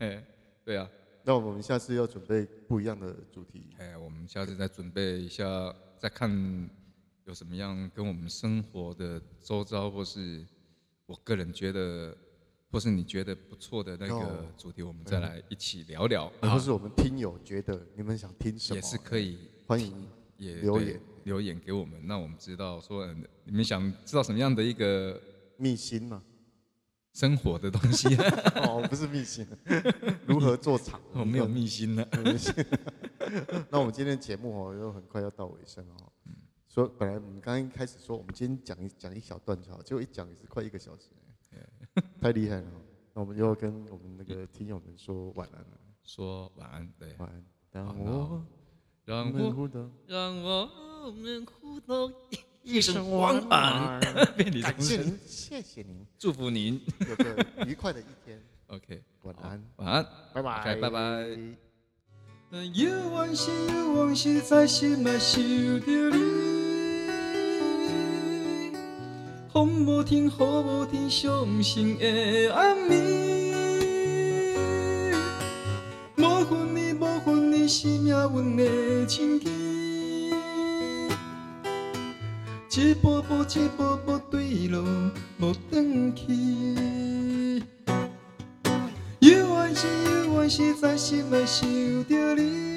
[SPEAKER 5] 哎，对啊，
[SPEAKER 2] 那我们下次要准备不一样的主题。
[SPEAKER 5] 哎，我们下次再准备一下，再看有什么样跟我们生活的周遭或是
[SPEAKER 4] 我个人觉得，或是你觉得不错的那个
[SPEAKER 2] 哦哎
[SPEAKER 4] 主题，我们再来一起聊聊，
[SPEAKER 1] 啊
[SPEAKER 4] 啊
[SPEAKER 2] 或是我们听友觉得你们想听什么，
[SPEAKER 4] 也是可以
[SPEAKER 2] 欢迎
[SPEAKER 4] 也
[SPEAKER 2] 留
[SPEAKER 4] 对
[SPEAKER 2] 言
[SPEAKER 4] 留言给我们，让我们知道说嗯你们想知道什么样的一个
[SPEAKER 2] 密心嘛，
[SPEAKER 4] 生活的东西。啊
[SPEAKER 2] 哦，不是密心， 如何做场？
[SPEAKER 4] 我哦没有秘辛了，
[SPEAKER 2] 那我们今天节目哦，又很快要到尾声了哦。说本来我们刚刚一开始说我们今天讲一讲一小段就好，结果一讲也是快一个小时，太厉害了哦。那我们又要跟我们那个听友们说晚安了，
[SPEAKER 4] 说晚安，对，
[SPEAKER 2] 晚安。当
[SPEAKER 4] 哦
[SPEAKER 2] 我
[SPEAKER 4] 让
[SPEAKER 2] 模
[SPEAKER 4] 我
[SPEAKER 2] 糊的
[SPEAKER 6] 让我们互动一生
[SPEAKER 2] 晚
[SPEAKER 6] 光芒。
[SPEAKER 2] 安，
[SPEAKER 4] 变你
[SPEAKER 2] 感
[SPEAKER 4] 同
[SPEAKER 2] 谢
[SPEAKER 4] 声，
[SPEAKER 2] 您，谢谢您，
[SPEAKER 4] 祝福您。
[SPEAKER 2] 有个愉快的一天，
[SPEAKER 4] OK，
[SPEAKER 2] 晚安，
[SPEAKER 4] 晚安，
[SPEAKER 2] 拜拜，
[SPEAKER 4] OK，拜拜。
[SPEAKER 1] 犹原是犹原是在心内想着你，风无停，雨无停，伤心的暗暝。无分你，无分你是命运的牵引，一步步，一步步对路无转去。犹原是犹原是在心内想着你，